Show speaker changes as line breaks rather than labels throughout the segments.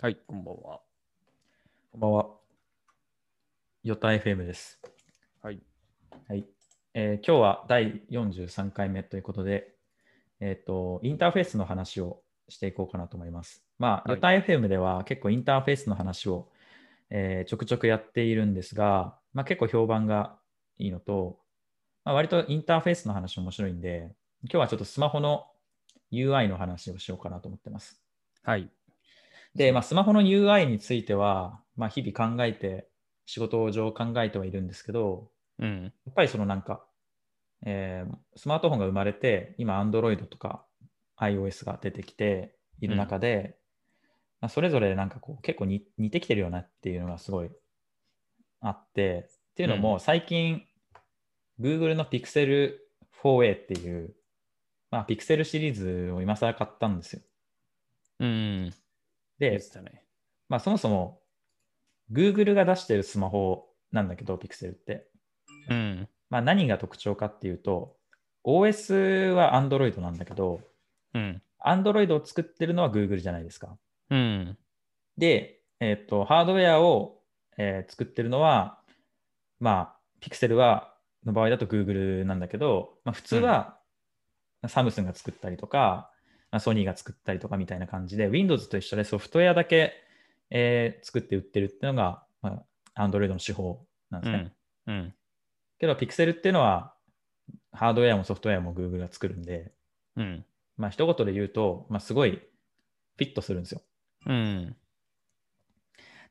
はい、こんばんは。
こんばんは。ヨタ FM です。
はい。
はい、えー今日は第43回目ということで、えっ、と、インターフェースの話をしていこうかなと思います。まあ、
はい
ヨタ FM では結構インターフェースの話を、えーちょくちょくやっているんですが、まあ結構評判がいいのと、まあ、割とインターフェースの話面白いんで、今日はちょっとスマホの UI の話をしようかなと思ってます。
はい。
で、まあ、スマホの UI については、まあ、日々考えて、仕事上考えてはいるんですけど、
うん。
やっぱりそのなんか、えースマートフォンが生まれて、今、Android とか iOS が出てきている中で、まあ、それぞれなんかこう、結構に似てきてるよなっていうのがすごいあって、っていうの
う
も、最近、Google の Pixel 4a っていう、まあ、Pixel シリーズを今更買ったんですよ。
うん。
で、
言ってたね。
まあそもそも Google が出してるスマホなんだけど、Pixel って。
うん。
まあ何が特徴かっていうと、OS は Android なんだけど、
うん。
Android を作ってるのは Google じゃないですか。
うん。
で、えっ、と、ハードウェアを、えー作ってるのは、まあ、Pixel は、の場合だと Google なんだけど、まあ普通は、サムスンが作ったりとか、まあソニーが作ったりとかみたいな感じで、Windows と一緒でソフトウェアだけ、えー作って売ってるっていうのが、まあ、Android の手法なん
う
ですね。
ん。うん。
けど、Pixel っていうのは、ハードウェアもソフトウェアも Google が作るんで、
うん。
まあ、一言で言うと、まあ、すごいフィットするんですよ。
うん。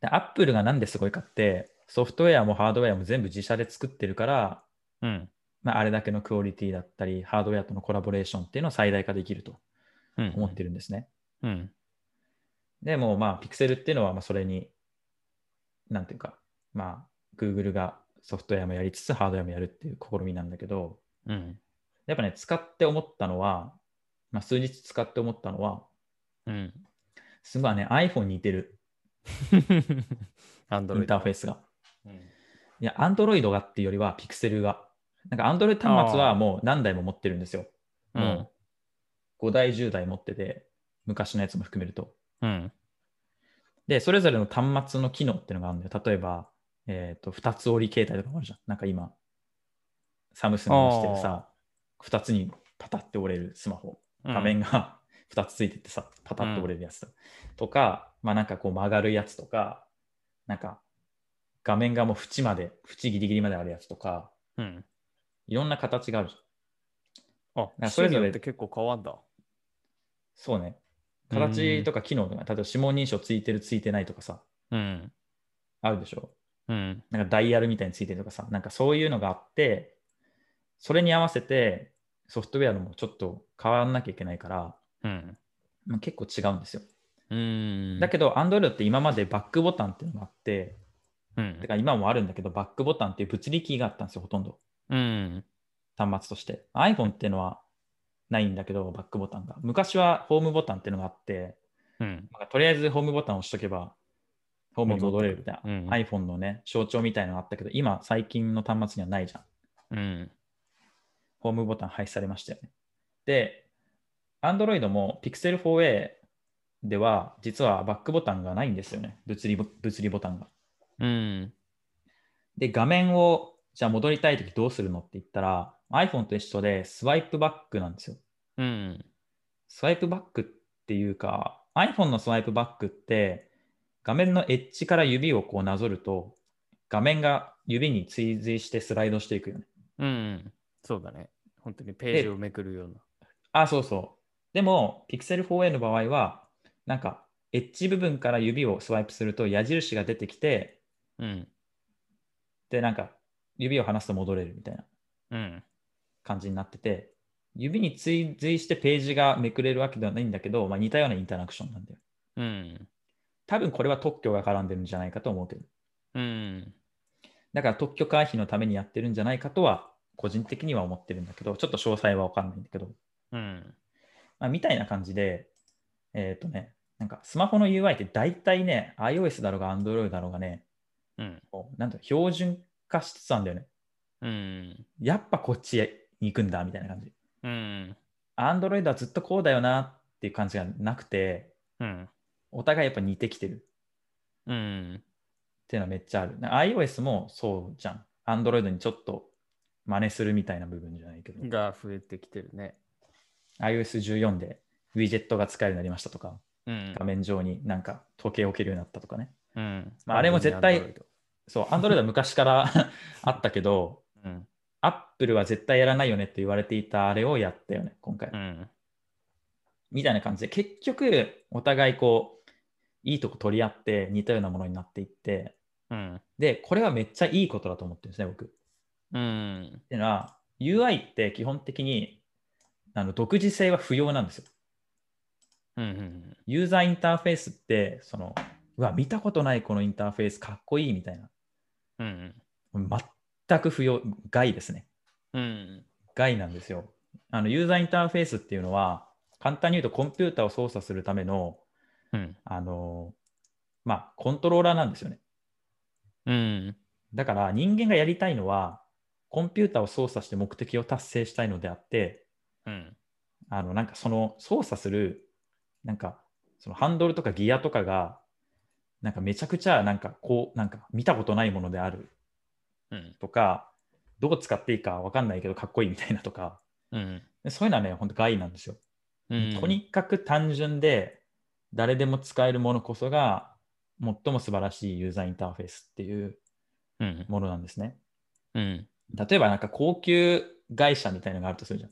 で、アップルがなんですごいかって、ソフトウェアもハードウェアも全部自社で作ってるから、
うん。
まあ、あれだけのクオリティだったり、ハードウェアとのコラボレーションっていうのを最大化できると
うん。
思ってるんですね。
うん。
でも、まあ、ピクセルっていうのは、まあ、それに、なんていうか、まあ、Google がソフトウェアもやりつつ、ハードウェアもやるっていう試みなんだけど、
うん。
やっぱね、使って思ったのは、まあ、数日使って思ったのは、
うん。
すごいね、iPhone に似てる、
アン
イ
ドロ
ン
イド。
ターフェースが。
うん
いや、Android がっていうよりは、ピクセルが。なんか Android 端末はもう何台も持ってるんですよ。
う
も
ん。
う5台、10台持ってて、昔のやつも含めると。
うん。
で、それぞれの端末の機能っていうのがあるんだよ。例えば、えっ、と、2つ折り携帯とかもあるじゃん。なんか今、サムスンがしてるさ、2つにパタって折れるスマホ。画面が 2つついててさ、パタッと折れるやつだとか、まあなんかこう曲がるやつとか、なんか画面がもう縁まで、縁ギリギリまであるやつとか、
うん。
いろんな形があるじゃん。
あ、それぞれって結構変わんだ。
そうね。
うん
形とか機能とか、例えば指紋認証ついてるついてないとかさ、
うん。
あるでしょ。
うん。
なんかダイヤルみたいについてるとかさ、なんかそういうのがあって、それに合わせてソフトウェアのもちょっと変わらなきゃいけないから、
うん。
まあ、結構違うんですよ。
うん。
だけど、Android って今までバックボタンっていうのがあって、
ど、う
だ
ん。
から今もあるんだけど、バックボタンっていう物理キーがあったんですよ、ほとんど。
うん。
端末として。iPhone っていうのはないんだけど、バックボタンが。昔はホームボタンっていうのがあって、
うん。
なんかとりあえずホームボタンを押しとけば、ホームに戻れるみたいな。
うん
iPhone のね、象徴みたいなのがあったけど、今、最近の端末にはないじゃん。
うん。
ホームボタン廃止されましたよね。で、Android も Pixel 4a では、実はバックボタンがないんですよね。物理ボ物理ボタンが。
うん。
で、画面をじゃあ戻りたいときどうするのって言ったら、iPhone と一緒でスワイプバックなんですよ。
うん。
スワイプバックっていうか、iPhone のスワイプバックって、画面のエッジから指をこうなぞると、画面が指に追随してスライドしていくよね。
うん。そうだね。本当にページをめくるような。
あ、そうそう。でも、Pixel 4a の場合は、なんか、エッジ部分から指をスワイプすると矢印が出てきて、
うん。
で、なんか、指を離すと戻れるみたいな。
うん。
感じになってて、指に追随してページがめくれるわけではないんだけど、まあ、似たようなインタラクションなんだよ。
うん。
多分これは特許が絡んでるんじゃないかと思うけど、
うん。
だから特許回避のためにやってるんじゃないかとは、個人的には思ってるんだけど、ちょっと詳細は分かんないんだけど、
うん。
まあ、みたいな感じで、えっ、とね、なんかスマホの UI って大体ね、iOS だろうが Android だろうがね、
うん。
こうなんと標準化しつつなんだよね。
うん。
やっぱこっちへ行くんだみたいな感じ。
うん。
Android はずっとこうだよなっていう感じがなくて、
うん。
お互いやっぱ似てきてるっ
うん。
ていうのはめっちゃある。な iOS もそうじゃん。Android にちょっと真似するみたいな部分じゃないけど、
が増えてきてるね。
iOS14 でウィジェットが使えるようになりましたとか、
うん
画。面上になんか時計を置けるようになったとかね。
うん
まああれも絶対。そう、Android は昔から あったけど、
うん。
Apple は絶対やらないよねって言われていたあれをやったよね、今回。
うん。
みたいな感じで、結局、お互いこう、いいとこ取り合って、似たようなものになっていって、
うん。
で、これはめっちゃいいことだと思ってるんですね、僕。っ
うん。
ていうのは、UI って基本的にあの独自性は不要なんですよ。
うん。
ユーザーインターフェースって、その、うわ、見たことないこのインターフェースかっこいいみたいな。
うん。
全く不要、害ですね。
うん。
害なんですよ。あのユーザーインターフェースっていうのは、簡単に言うとコンピューターを操作するための、
うん。
あのまあ、コントローラーなんですよね。
うん。
だから人間がやりたいのは、コンピューターを操作して目的を達成したいのであって、
うん。
あのなんかその操作する、なんかそのハンドルとかギアとかが、なんかめちゃくちゃなんかこう、なんか見たことないものである
うん。
とか、どこ使っていいか分かんないけどかっこいいみたいなとか、
うん。
でそういうのはね、本当害なんですよ。
うん。
とにかく単純で誰でも使えるものこそが最も素晴らしいユーザーインターフェースっていう
うん。
ものなんですね。
うん。
例えばなんか高級会社みたいなのがあるとするじゃん。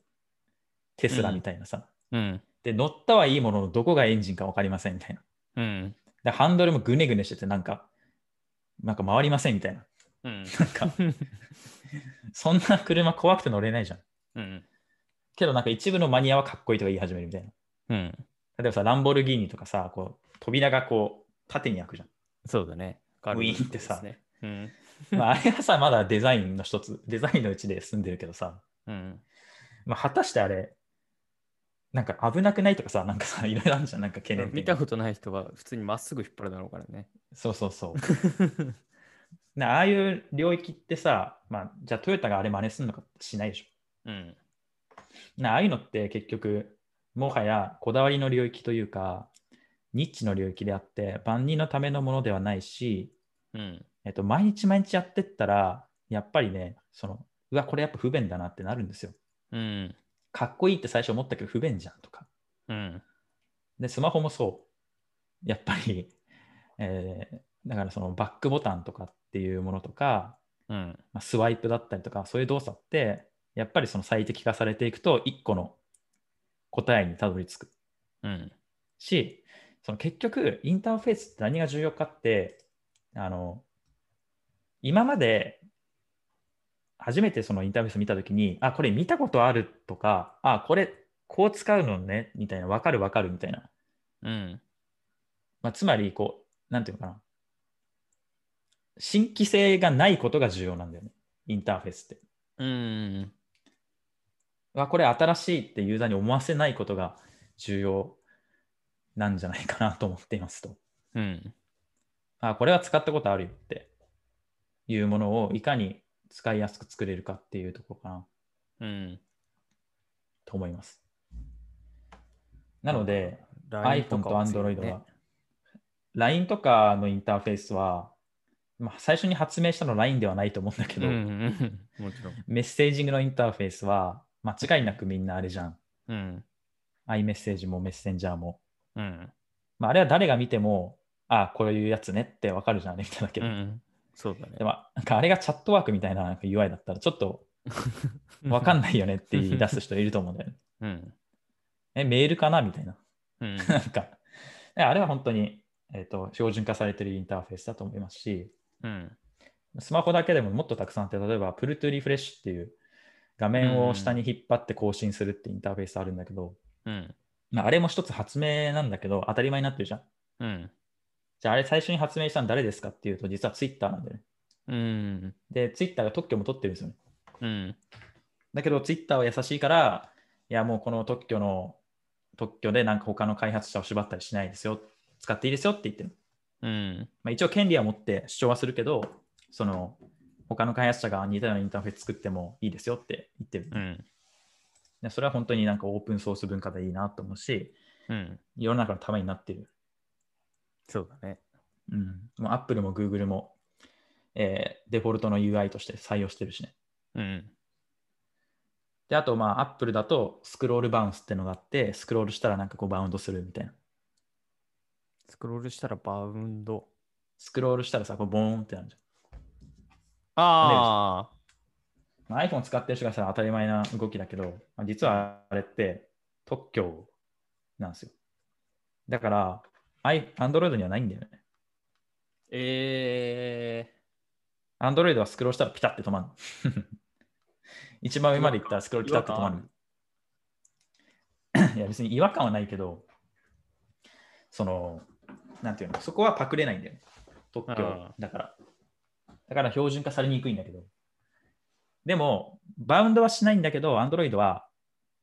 テスラみたいなさ。
うん。
で、乗ったはいいもののどこがエンジンか分かりませんみたいな。
うん。
で、ハンドルもグネグネしててなんか、なんか回りませんみたいな。
うん。
なんか、そんな車怖くて乗れないじゃん。
うん。
けどなんか一部のマニアはかっこいいとか言い始めるみたいな。
うん。
例えばさ、ランボルギーニとかさ、こう、扉がこう、縦に開くじゃん。
そうだね。
ウィーンってさ
軽いですね。
まあ、あれはさ、まだデザインの一つ、デザインのうちで済んでるけどさ、
うん。うん。
まあ、果たしてあれ、なんか危なくないとかさ、なんかさ、いろいろあるじゃん、なんか懸念点
見たことない人は普通にまっすぐ引っ張るだろうから ね。
そうそうそう。なああいう領域ってさ、まあ、じゃあトヨタがあれ真似するのかしないでしょ。
うん。
なあああいうのって結局、もはやこだわりの領域というか、ニッチの領域であって、万人のためのものではないし、
うん。
えっと、毎日毎日やってったら、やっぱりね、その、うわ、これやっぱ不便だなってなるんですよ。
うん。
かっこいいって最初思ったけど不便じゃんとか。
うん。
で、スマホもそう。やっぱり、えーだからそのバックボタンとかっていうものとか、
うん。
まあ、スワイプだったりとか、そういう動作って、やっぱりその最適化されていくと、一個の答えにたどり着く
うん。
し、その結局、インターフェースって何が重要かって、あの、今まで初めてそのインターフェース見たときに、あ、これ見たことあるとか、あ、これこう使うのね、みたいな、わかるわかるみたいな。
うん。
まあ、つまり、こう、なんていうのかな。新規性がないことが重要なんだよね。インターフェースって。
うん。
あ、これ新しいってユーザーに思わせないことが重要なんじゃないかなと思っていますと。
うん。
あ、これは使ったことあるよっていうものをいかに使いやすく作れるかっていうところかな
うん。
と思います。なので、
ライン
iPhone
か
と
もしれない
Android
ね
は、LINE とかのインターフェースは、まあ、最初に発明したの LINE ではないと思うんだけ
うん
ど、
うん。もちろん。
メッセージングのインターフェースは間違いなくみんなあれじゃん。
うん。
iMessage もメッセンジャーも。
うん。
まあ、あれは誰が見ても、あこういうやつねってわかるじゃんねみたいなだけ
う
ど。
ん。そうだね
で。もなんかあれがチャットワークみたいななんか UI だったらちょっとわかんないよねって言い出す人いると思うんだよね。
うん。
え、メールかなみたいな。
うん。
なんか、あれは本当に、えっと標準化されてるインターフェースだと思いますし、
うん。
スマホだけでももっとたくさんあって、例えば Pull to Refresh っていう画面を下に引っ張って更新するってインターフェースあるんだけど、
うん。
まあ、あれも一つ発明なんだけど、当たり前になってるじゃん。
うん。
じゃあ、あれ最初に発明したの誰ですかっていうと、実は Twitter なんだよね。
うん。
で、Twitter が特許も取ってるんですよね。
うん。
だけど、Twitter は優しいから、いや、もうこの特許の、特許でなんか他の開発者を縛ったりしないですよ。使っていいですよって言ってる。
うん。
まあ、一応、権利は持って主張はするけど、その、他の開発者が似たようなインターフェース作ってもいいですよって言ってる。
うん。
でそれは本当になんかオープンソース文化でいいなと思うし、
うん。
世の中のためになってる
そうだね。
うん。もう Apple も Google も、えーデフォルトの UI として採用してるしね。
うん。
で、あと、まあ、Apple だとスクロールバウンスってのがあって、スクロールしたらなんかこうバウンドするみたいな。
スクロールしたらバウンド。
スクロールしたらさ、こうボーンってなるじ
あ
ゃん。まあ、iPhone 使ってる人がさ、当たり前な動きだけど、まあ、実はあれって特許なんですよ。だから、I- Android にはないんだよね。
ー。え
Android はスクロールしたらピタッて止まる。 一番上まで行ったらスクロールピタッて止まる。いや別に違和感はないけど、その、なんていうの、そこはパクれないんだよね。特許
あ
だから。だから標準化されにくいんだけど。でも、バウンドはしないんだけど、Android は、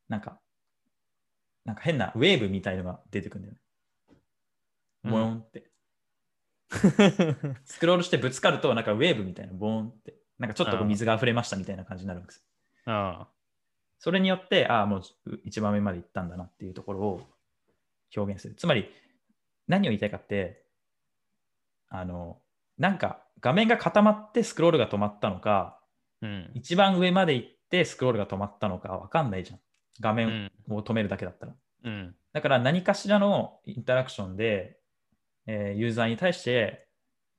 なんか、なんか変なウェーブみたいのが出てくるんだよね。
うん
ボヨンって。
ー。
スクロールしてぶつかると、なんかウェーブみたいな、ボーンって、なんかちょっとこう
あー
水が溢れましたみたいな感じになるんです。
あ
それによって、ああ、もう一番上まで行ったんだなっていうところを表現する。つまり、何を言いたいかって、あの、なんか画面が固まってスクロールが止まったのか、
ー。うん。
一番上まで行ってスクロールが止まったのかわかんないじゃん。画
う
面
ん。
を止めるだけだったら。
うん。
だから何かしらのインタラクションで、えーユーザーに対して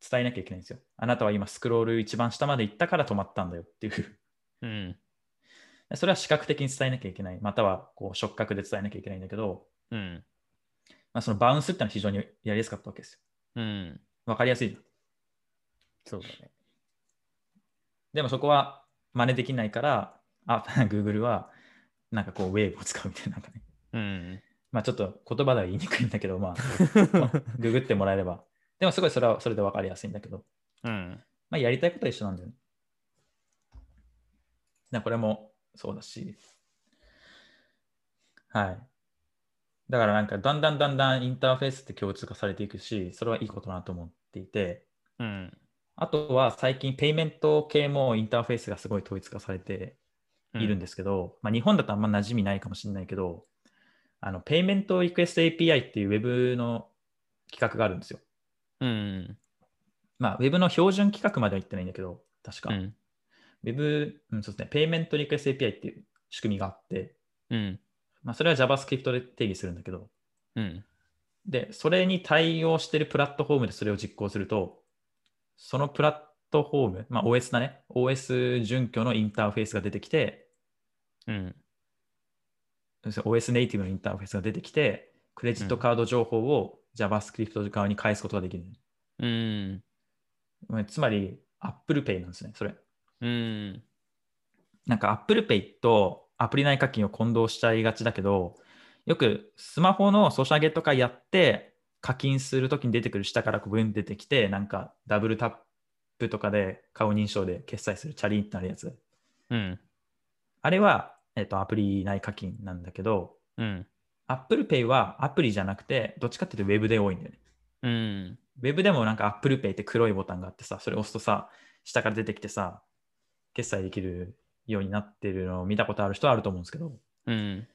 伝えなきゃいけないんですよ。あなたは今スクロール一番下まで行ったから止まったんだよっていう。
うん。
それは視覚的に伝えなきゃいけない。またはこう触覚で伝えなきゃいけないんだけど、
うん。
まあ、そのバウンスってのは非常にやりやすかったわけですよ。
うん。
わかりやすいじゃん。
そうだね。
でもそこは真似できないから、あ、Google はなんかこうウェーブを使うみたいななんかね。
うん。
まあちょっと言葉では言いにくいんだけど、まあ、まあググってもらえれば。でもすごいそれはそれでわかりやすいんだけど。
うん。
まあ、やりたいことは一緒なんだよね。なこれもそうだし。はい。だからなんかだんだんだんだんインターフェースって共通化されていくし、それはいいことだなと思っていて、
うん。
あとは最近ペイメント系もインターフェースがすごい統一化されているん
で。
ですけど、まあ、日本だとあんま馴染みないかもしれないけど、あのペイメントリクエスト API っていうウェブの企画があるんですよ。
うん。
まあ、ウェブの標準規格までは言ってないんだけど、確か。
うん。
ウェブ、うん、そうですね、ペイメントリクエスト API っていう仕組みがあって、
うん。
まあ、それは JavaScript で定義するんだけど、
うん。
で、それに対応しているプラットフォームでそれを実行すると、そのプラットフォーム、まあ、OS だね、OS 準拠のインターフェースが出てきて、
うん。
要するに OS ネイティブのインターフェースが出てきて、クレジットカード情報を JavaScript 側に返すことができる。
うん。
うんつまり、Apple Pay なんですね、それ。
うん。
なんか Apple Pay とアプリ内課金を混同しちゃいがちだけど、よくスマホのソシャゲとかやって課金するときに出てくる下からこうブン出てきて、なんかダブルタップとかで顔認証で決済するチャリンってなるやつ。
うん。
あれは、えっとアプリ内課金なんだけど、
うん。
Apple Pay はアプリじゃなくて、どっちかっていうと Web で多いんだよね。
うん。
Web でもなんか Apple Pay って黒いボタンがあってさ、それ押すとさ、下から出てきてさ、決済できるようになってるのを見たことある人はあると思うんですけど、
うん。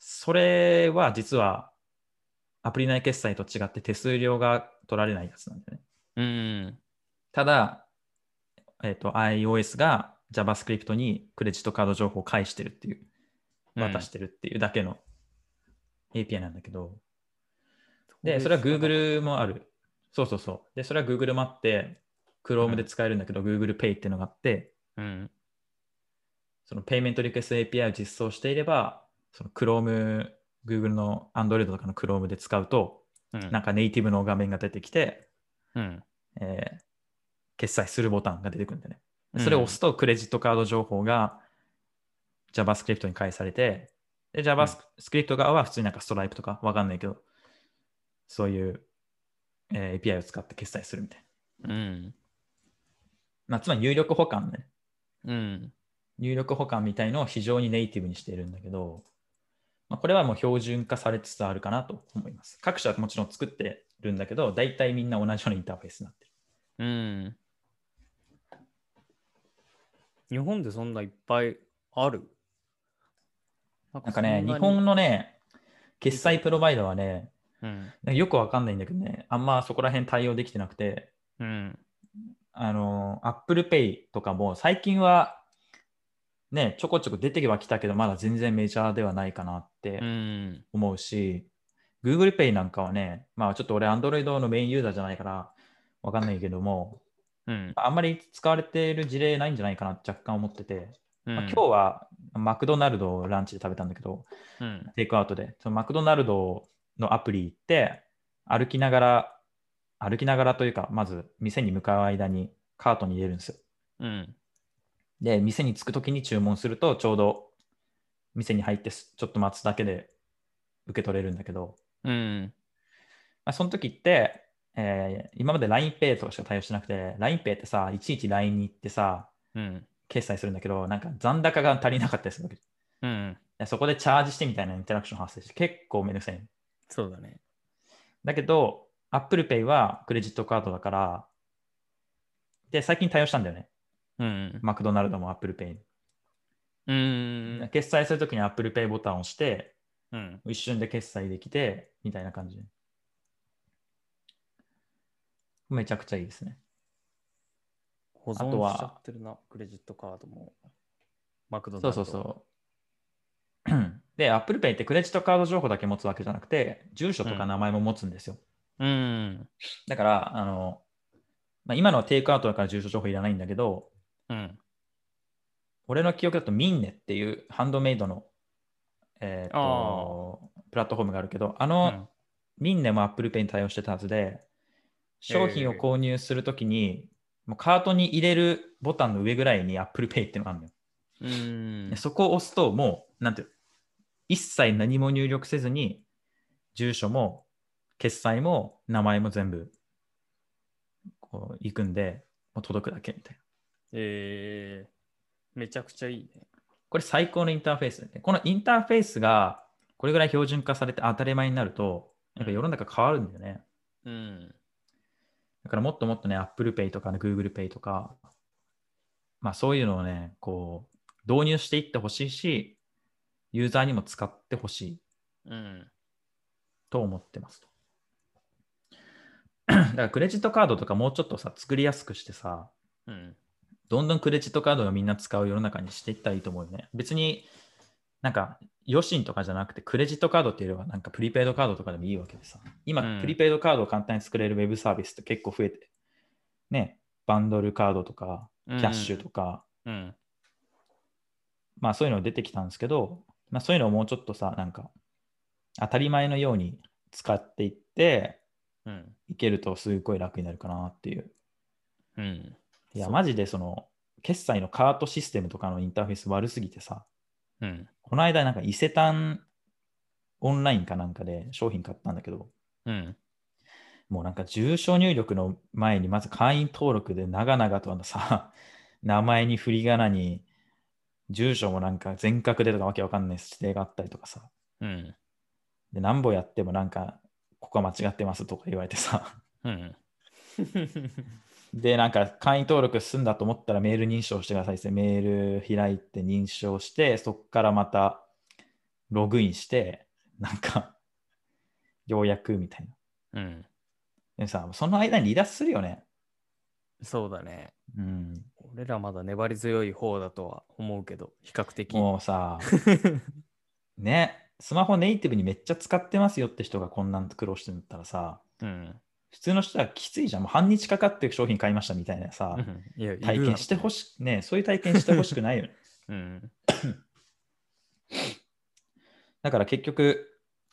それは実はアプリ内決済と違って手数料が取られないやつなんだよね。
うん。
ただ、えっと iOS が JavaScript にクレジットカード情報を返してるっていう、渡してるっていうだけの API なんだけど、で、それは Google もある。そうそうそう。で、それは Google もあって、Chrome で使えるんだけど、Google Pay っていうのがあって、
うん。
そのペイメントリクエスト API を実装していれば、その Chrome、Google の Android とかの Chrome で使うと、
うん。
なんかネイティブの画面が出てきて、
うん。
えー決済するボタンが出てくるんだよね。でそれを押すとクレジットカード情報が JavaScript に返されて、で JavaScript 側は普通になんかストライプとかわかんないけど、そういう、えー API を使って決済するみたいな。
うん。
まあ、つまり入力保管ね。
うん。
入力保管みたいのを非常にネイティブにしているんだけど、まあ、これはもう標準化されつつあるかなと思います。各社はもちろん作ってるんだけど、大体みんな同じようなインターフェースになってる。
うん。日本でそんないっぱいある
なんかね、日
の
本のね、決済プロバイダーはね、
うん。
なんかよくわかんないんだけどね、あんまそこら辺対応できてなくて、
うん。
あの、Apple Pay とかも最近は、ね、ちょこちょこ出てはきたけど、まだ全然メジャーではないかなって
うん。
思うし、Google Pay なんかはね、まあちょっと俺 Android のメインユーザーじゃないから、わかんないけども、
うん。
あんまり使われている事例ないんじゃないかなって若干思ってて、まあ今日
日、
はマクドナルドをランチで食べたんだけど、
うん。
テイクアウトで、そのマクドナルドのアプリ行って、歩きながら、歩きながらというか、まず店に向かう間にカートに入れるんですよ。
うん。
で、店に着くときに注文すると、ちょうど店に入ってすちょっと待つだけで受け取れるんだけど、
うん。
まあ、その時って、えー今まで LINEPay とかしか対応してなくて、LINEPay ってさ、いちいち LINE に行ってさ、
うん。
決済するんだけど、なんか残高が足りなかったりするわけ。
うん。
でそこでチャージしてみたいなインタラクション発生して、結構めんどくさいの。
そうだね。
だけど、Apple Pay はクレジットカードだから、で、最近対応したんだよね。
うん。
マクドナルドも Apple Pay に。
うん。
決済するときに Apple Pay ボタンを押して、
うん。
一瞬で決済できて、みたいな感じ。めちゃくちゃいいですね。
保
あと
存
は
しちゃってるな、クレジットカードも。マクドナ
そう
ル
そ
ド。
うそう。 で、Apple Pay ってクレジットカード情報だけ持つわけじゃなくて、住所とか名前も持つんですよ。
う。うん。
だから、あの、まあ、今のはテイクアウトだから住所情報いらないんだけど、
うん。
俺の記憶だとミンネっていうハンドメイドの、えーとプラットフォームがあるけど、あ
う
の
ん
ミンネも Apple Pay に対応してたはずで、商品を購入するときに、もうカートに入れるボタンの上ぐらいに Apple Pay っていうのがあるのよ。
うん
で。そこを押すと、もう、なんていうの一切何も入力せずに、住所も、決済も、名前も全部、こう、行くんで、もう届くだけみたいな。
えー、めちゃくちゃいいね。
これ最高のインターフェースですね。このインターフェースがこれぐらい標準化されて当たり前になると、やっぱ世の中変わるんだよね。
うん。
だからもっともっとね、Apple Pay とかね、Google Pay とか、まあそういうのをね、こう、導入していってほしいし、ユーザーにも使ってほしい
うん。
と思ってますと。 だからクレジットカードとかもうちょっとさ、作りやすくしてさ、
うん。
どんどんクレジットカードがみんな使う世の中にしていったらいいと思うよね。別になんか、余震とかじゃなくて、クレジットカードっていうよりは、なんかプリペイドカードとかでもいいわけでさ。今、
うん
プリペイドカードを簡単に作れるウェブサービスって結構増えて、ね、バンドルカードとか、
キ
キャッシュとか、
うん。
まあそういうの出てきたんですけど、まあそういうのをもうちょっとさ、なんか、当たり前のように使っていって、
うん。
いけるとすごい楽になるかなっていう。
うん。
いや、
そう
マジでその、決済のカートシステムとかのインターフェース悪すぎてさ、
うん。
この間、なんか伊勢丹オンラインかなんかで商品買ったんだけど、
うん。
もうなんか住所入力の前に、まず会員登録で長々とあのさ、 名前に振り仮名に、住所もなんか全角でとかわけわかんない指定があったりとかさ、
うん。
で、何本やってもなんか、ここは間違ってますとか言われてさ、
うん。
で、なんか会員登録済んだと思ったらメール認証してくださいって、メール開いて認証して、そこからまたログインして、なんか、ようやくみたいな。
うん。
でもさ、その間に離脱するよね。
そうだね。
うん。
俺らまだ粘り強い方だとは思うけど、比較的。
もう さ、ね、スマホネイティブにめっちゃ使ってますよって人がこんなん苦労してんだったらさ、
うん。
普通の人はきついじゃん。もう半日かかって商品買いましたみたいなさ、
いや、
体験してほ
しい
しく、ね、そういう体験してほしくないよね。
るよね。
だから結局、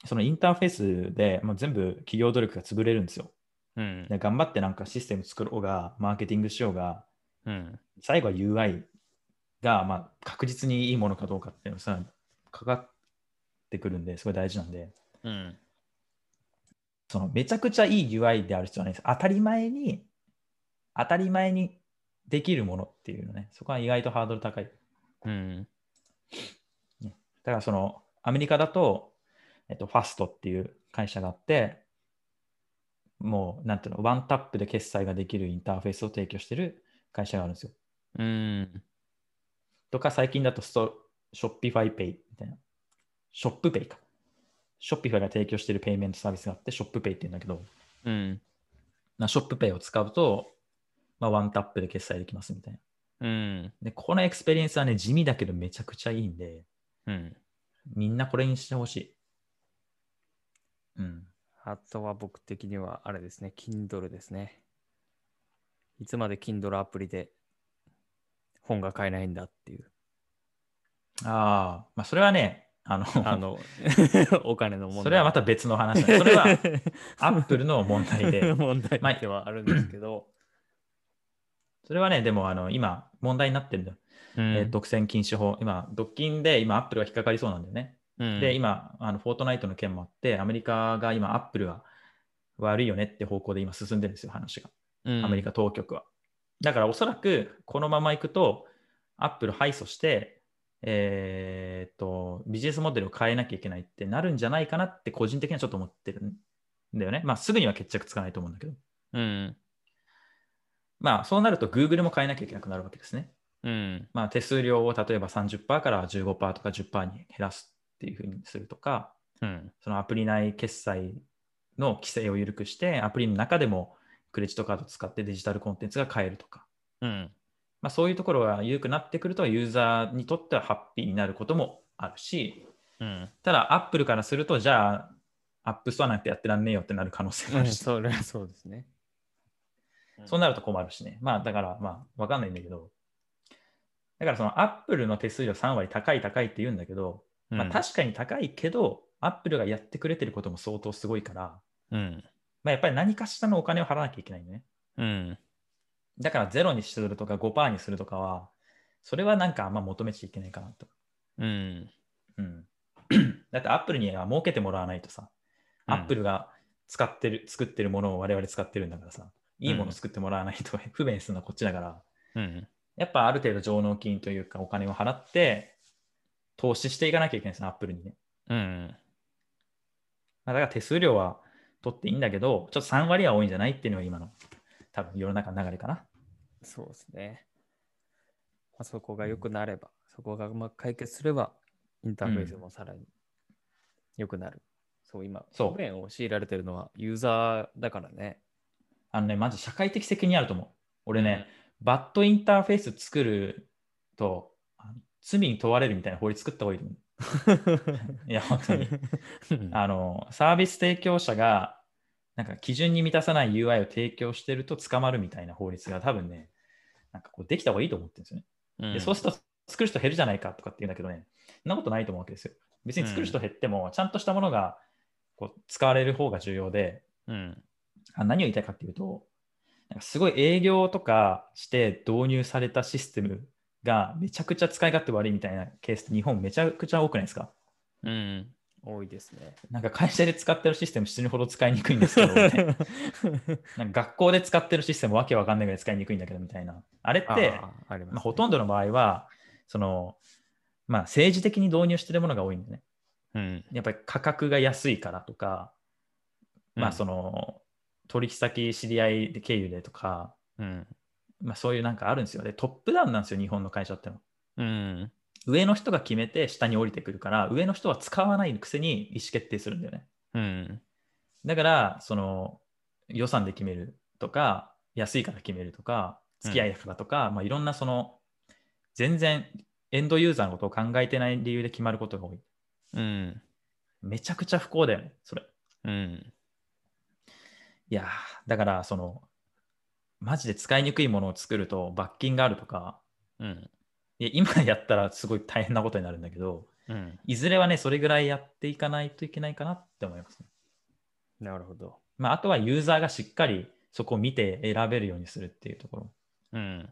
そのインターフェースでもう全部企業努力が潰れるんですよ。
うん。
で頑張ってなんかシステム作ろうが、マーケティングしようが、
うん。
最後は UI がまあ確実にいいものかどうかっていうのさかかってくるんですごい大事なんで
うん。
そのめちゃくちゃいい UI である必要はないです当たり前に当たり前にできるものっていうのねそこは意外とハードル高いだ
うん。
からそのアメリカだと、えっと、ファストっていう会社があってもうなんていうのワンタップで決済ができるインターフェースを提供してる会社があるんですよ
うん。
とか最近だとストショッピファイペイみたいな。ショップペイか。ショッピファイが提供しているペイメントサービスがあって、ショップペイって言うんだけど、
うん。
なショップペイを使うと、まあ、ワンタップで決済できますみたいな。
うん。
で、このエクスペリエンスはね、地味だけどめちゃくちゃいいんで、
うん。
みんなこれにしてほしい。うん。
あとは僕的にはあれですね、Kindle ですね。いつまで Kindle アプリで本が買えないんだって いう、
ああ、まあ、それはね、あの、
あの、 お金の問題。
それはまた別の 話だ。それはアップルの問題で
問題ではあるんですけど、
それはね、でもあの今、問題になってるんだよ、えー
うん、
独占禁止法。今、独禁で今、アップルが引っかかりそうなんだよね。
うん
で、今、あのフォートナイトの件もあって、アメリカが今、アップルは悪いよねって方向で今進んでるんですよ、話が。アメリカ当局は。だから、おそらくこのままいくと、アップル敗訴して、えーっと、ビジネスモデルを変えなきゃいけないってなるんじゃないかなって、個人的にはちょっと思ってるんだよね。まあ、すぐには決着つかないと思うんだけど。
うん。
まあ、そうなると、Google も変えなきゃいけなくなるわけですね。
うん。
まあ、手数料を例えば30%から15%とか10%に減らすっていうふうにするとか、
うん。
そのアプリ内決済の規制を緩くして、アプリの中でもクレジットカードを使ってデジタルコンテンツが買えるとか、
うん。
まあ、そういうところが緩くなってくると、ユーザーにとってはハッピーになることもあるし、
うん。
ただ、アップルからすると、じゃあ、アップストアなんてやってらんねえよってなる可能性もあるし、
それはそうですね。
そうなると困るしね。まあ、だから、まあ、わかんないんだけど、だから、そのアップルの手数料3割高い高いって言うんだけど、
うん、
まあ、確かに高いけど、アップルがやってくれてることも相当すごいから、
うん。
まあ、やっぱり何かしらのお金を払わなきゃいけないのね。
うん。
だからゼロにするとか5%にするとかは、それはなんかあんま求めちゃいけないかなと。
うん。
うん、 だってアップルには儲けてもらわないとさ、アップ
ル。
ルが使ってる、作ってるものを我々使ってるんだからさ、いいもの作ってもらわないと 不便するのはこっちだから、
うん。
やっぱある程度上納金というかお金を払って、投資していかなきゃいけないですね、アップルにね。
うん。
まあだから手数料は取っていいんだけど、ちょっと3割は多いんじゃないっていうのが今の多分世の中の流れかな。
そうですね。まあ、そこが良くなれば、そこがうまく解決すれば、インターフェースもさらに良くなる。そう、今、
そう
不便を強いられてるのはユーザーだからね。
あのね、マジ社会的責任あると思う。俺 ね、バッドインターフェース作ると、あの罪に問われるみたいな法律作った方がいいと思う。いや、本当に。
うん。
あの、サービス提供者が、なんか基準に満たさない UI を提供してると捕まるみたいな法律が多分ね、なんかこうできた方がいいと思ってるんですよね。
う
で
ん
そうすると作る人減るじゃないかとかって言うんだけどね、そんなことないと思うわけですよ。別に作る人減っても、ちゃんとしたものがこう使われる方が重要で、
うん。
あ何を言いたいかっていうと、なんかすごい営業とかして導入されたシステムがめちゃくちゃ使い勝手悪いみたいなケースって日本めちゃくちゃ多くないですか
うん。多いですね。
なんか会社で使ってるシステム死ぬほど使いにくいんです けど、みたいななんか学校で使ってるシステムわけわかんないぐらい使いにくいんだけどみたいな。あれって、
あー、あります、
まあ、ほとんどの場合は、その、まあ政治的に導入してるものが多いんだよね。
うん。
やっぱり価格が安いからとか、まあそ
の、
の、取引先知り合いで経由でとか、
うん。
まあ、そういうなんかあるんですよ。で、トップダウンなんですよ、日本の会社ってのは。
うん。
上の人が決めて下に降りてくるから、上の人は使わないくせに意思決定するんだよね。
うん。
だから、その予算で決めるとか、安いから決めるとか、付き合いだからとか、まあ、いろんなその、全然エンドユーザーのことを考えてない理由で決まることが多い。
うん。
めちゃくちゃ不幸だよね、それ。
うん。
いやーだから、その、マジで使いにくいものを作ると罰金があるとか、
うん。
いや今やったらすごい大変なことになるんだけど、
うん。
いずれはね、それぐらいやっていかないといけないかなって思います、ね。
なるほど。
まあ、あとはユーザーがしっかりそこを見て選べるようにするっていうところ。
うん。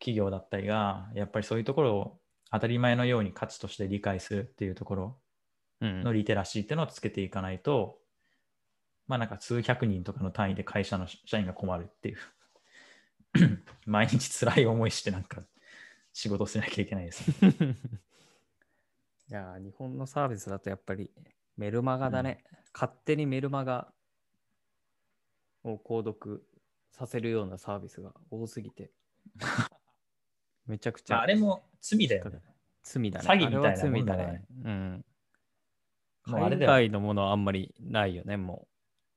企業だったりが、やっぱりそういうところを当たり前のように価値として理解するっていうところ
うん。
のリテラシーっていうのをつけていかないと、まあなんか数百人とかの単位で会社の社員が困るっていう。 毎日辛い思いしてなんか仕事をしなきゃいけない ですね、
いやー、日本のサービスだとやっぱりメルマガだね。勝手にメルマガを購読させるようなサービスが多すぎて。 めちゃくちゃ
まああれも罪だよね。
罪だね。
詐欺みたいな
あれは罪だ
もんだから
ね。うん。
もうあれ
海
だよ
外のものはあんまりないよね、もう。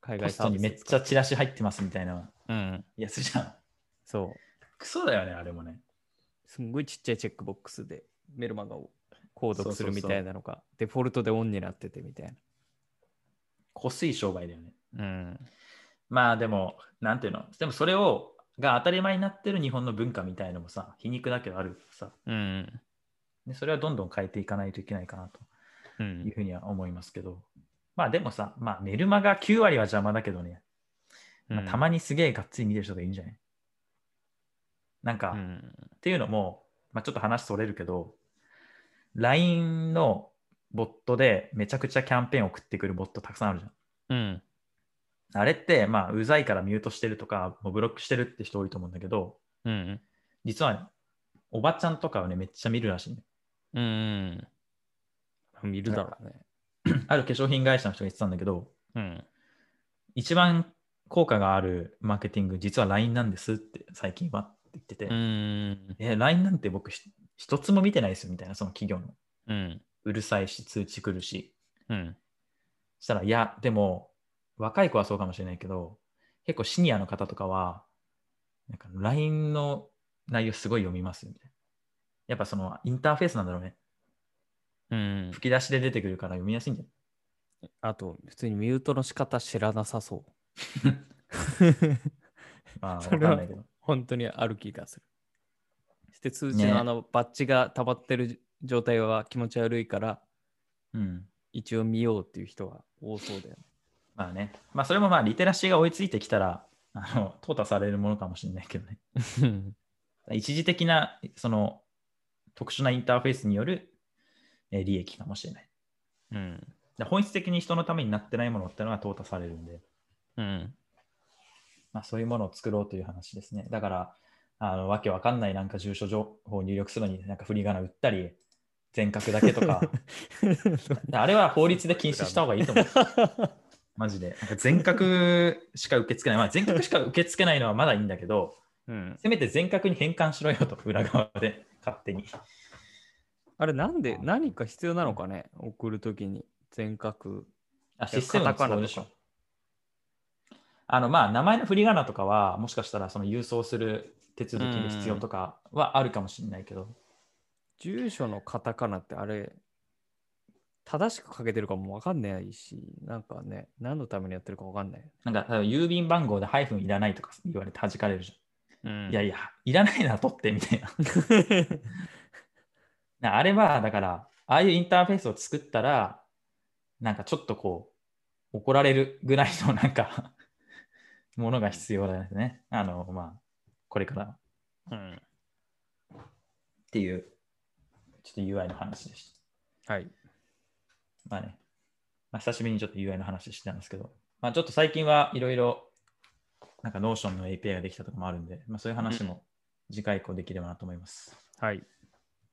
海
ポ
外
ス
サ
ト
ー
に
ビス
めっちゃチラシ入ってますみたいな
うん、
やつじゃん。
そう。
クソだよね、あれもね。
すんごいちっちゃいチェックボックスでメルマガを購
そ
読
うそ
す
うそう
るみたいなのが、デフォルトでオンになっててみたい
こすい商売だよね。
な。うん。
まあでも、なんていうの、でもそれを、が当たり前になってる日本の文化みたいのもさ、皮肉だけどあるからさ、
うん。
でそれはどんどん変えていかないといけないかな
う。
というんふうには思いますけど、まあでもさ、まあメルマが9割は邪魔だけどね、まあたまにすげえがっつり見てる人がいるんじゃない、なんか、
う
っ
ん。
ていうのも、まあ、ちょっと話それるけど、LINE のボットでめちゃくちゃキャンペーン送ってくるボットたくさんあるじゃん。
うん。
あれって、まあ、うざいからミュートしてるとか、もうブロックしてるって人多いと思うんだけど、
うん。
実はね、おばちゃんとかをね、めっちゃ見るらしいね。
うん。うん。いるだろうね。
ある化粧品会社の人が言ってたんだけど、
うん。
一番効果があるマーケティング、実は LINE なんですって最近はって言ってて、
うん。
え、LINE なんて僕ひ一つも見てないですよみたいな、その企業の。
うん。
うるさいし、通知来るし。
うん。
そしたら、いや、でも、若い子はそうかもしれないけど、結構シニアの方とかは、なんか LINE の内容すごい読みますよみたいな。やっぱそのインターフェースなんだろうね。
うん。
吹き出しで出てくるから読みやすいんじゃない
あと、普通にミュートの仕方知らなさ そう。
まあ、わ
そ
かん
れは
ないけど。
本当にある気がする。そして通知
ね
のあのバッジが溜まってる状態は気持ち悪いから、
うん。
一応見ようっていう人は多そうだよね。
まあね。まあ、それもまあ、リテラシーが追いついてきたら、あの、淘汰されるものかもしれないけどね。
うん
一時的な、その、特殊なインターフェースによる、えー利益かもしれない。
うん。
で本質的に人のためになってないものってのは淘汰されるんで、
うん。
まあ、そういうものを作ろうという話ですね。だから、あのわけわかんないなんか住所情報を入力するのになんか振り仮名打ったり、全角だけとか、あれは法律で禁止した方がいいと思う。マジで。なんか全角しか受け付けない。まあ、全角しか受け付けないのはまだいいんだけど、
うん。
せめて全角に変換しろよと、裏側で勝手に。
あれ、なんで、何か必要なのかね送るときに全角。
あ、システムの
カタカナとか
都合でしょ。あの、まあ、名前の振り仮名とかは、もしかしたらその郵送する手続きで必要とかはあるかもしれないけど、
住所のカタカナってあれ、正しく書けてるかもわかんないし、なんかね、何のためにやってるかわかんない。
なんか、例えば郵便番号でハイフンいらないとか言われて弾かれるじ
うん
ゃん。いやいや、いらないなら取ってみたいな。 なあれは、だから、ああいうインターフェースを作ったら、なんかちょっとこう、怒られるぐらいのなんか、ものが必要だよね。あの、まあ、これからっ
うん
ていう、ちょっと UI の話でし
はい。
た。まあね、まあ、久しぶりにちょっと UI の話してたんですけど、まあちょっと最近はいろいろ、なんか Notion の API ができたとかもあるんで、まあそういう話も次回以降できればなと思います。
はい。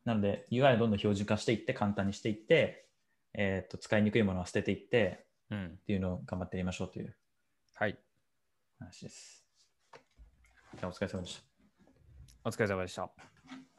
なので UI をどんどん表示化していって、簡単にしていって、えーっと、使いにくいものは捨てていって、
うん
っ。ていうのを頑張ってやりましょうという
はい。
話です。じゃあお疲れ様でした。
お疲れ様でした。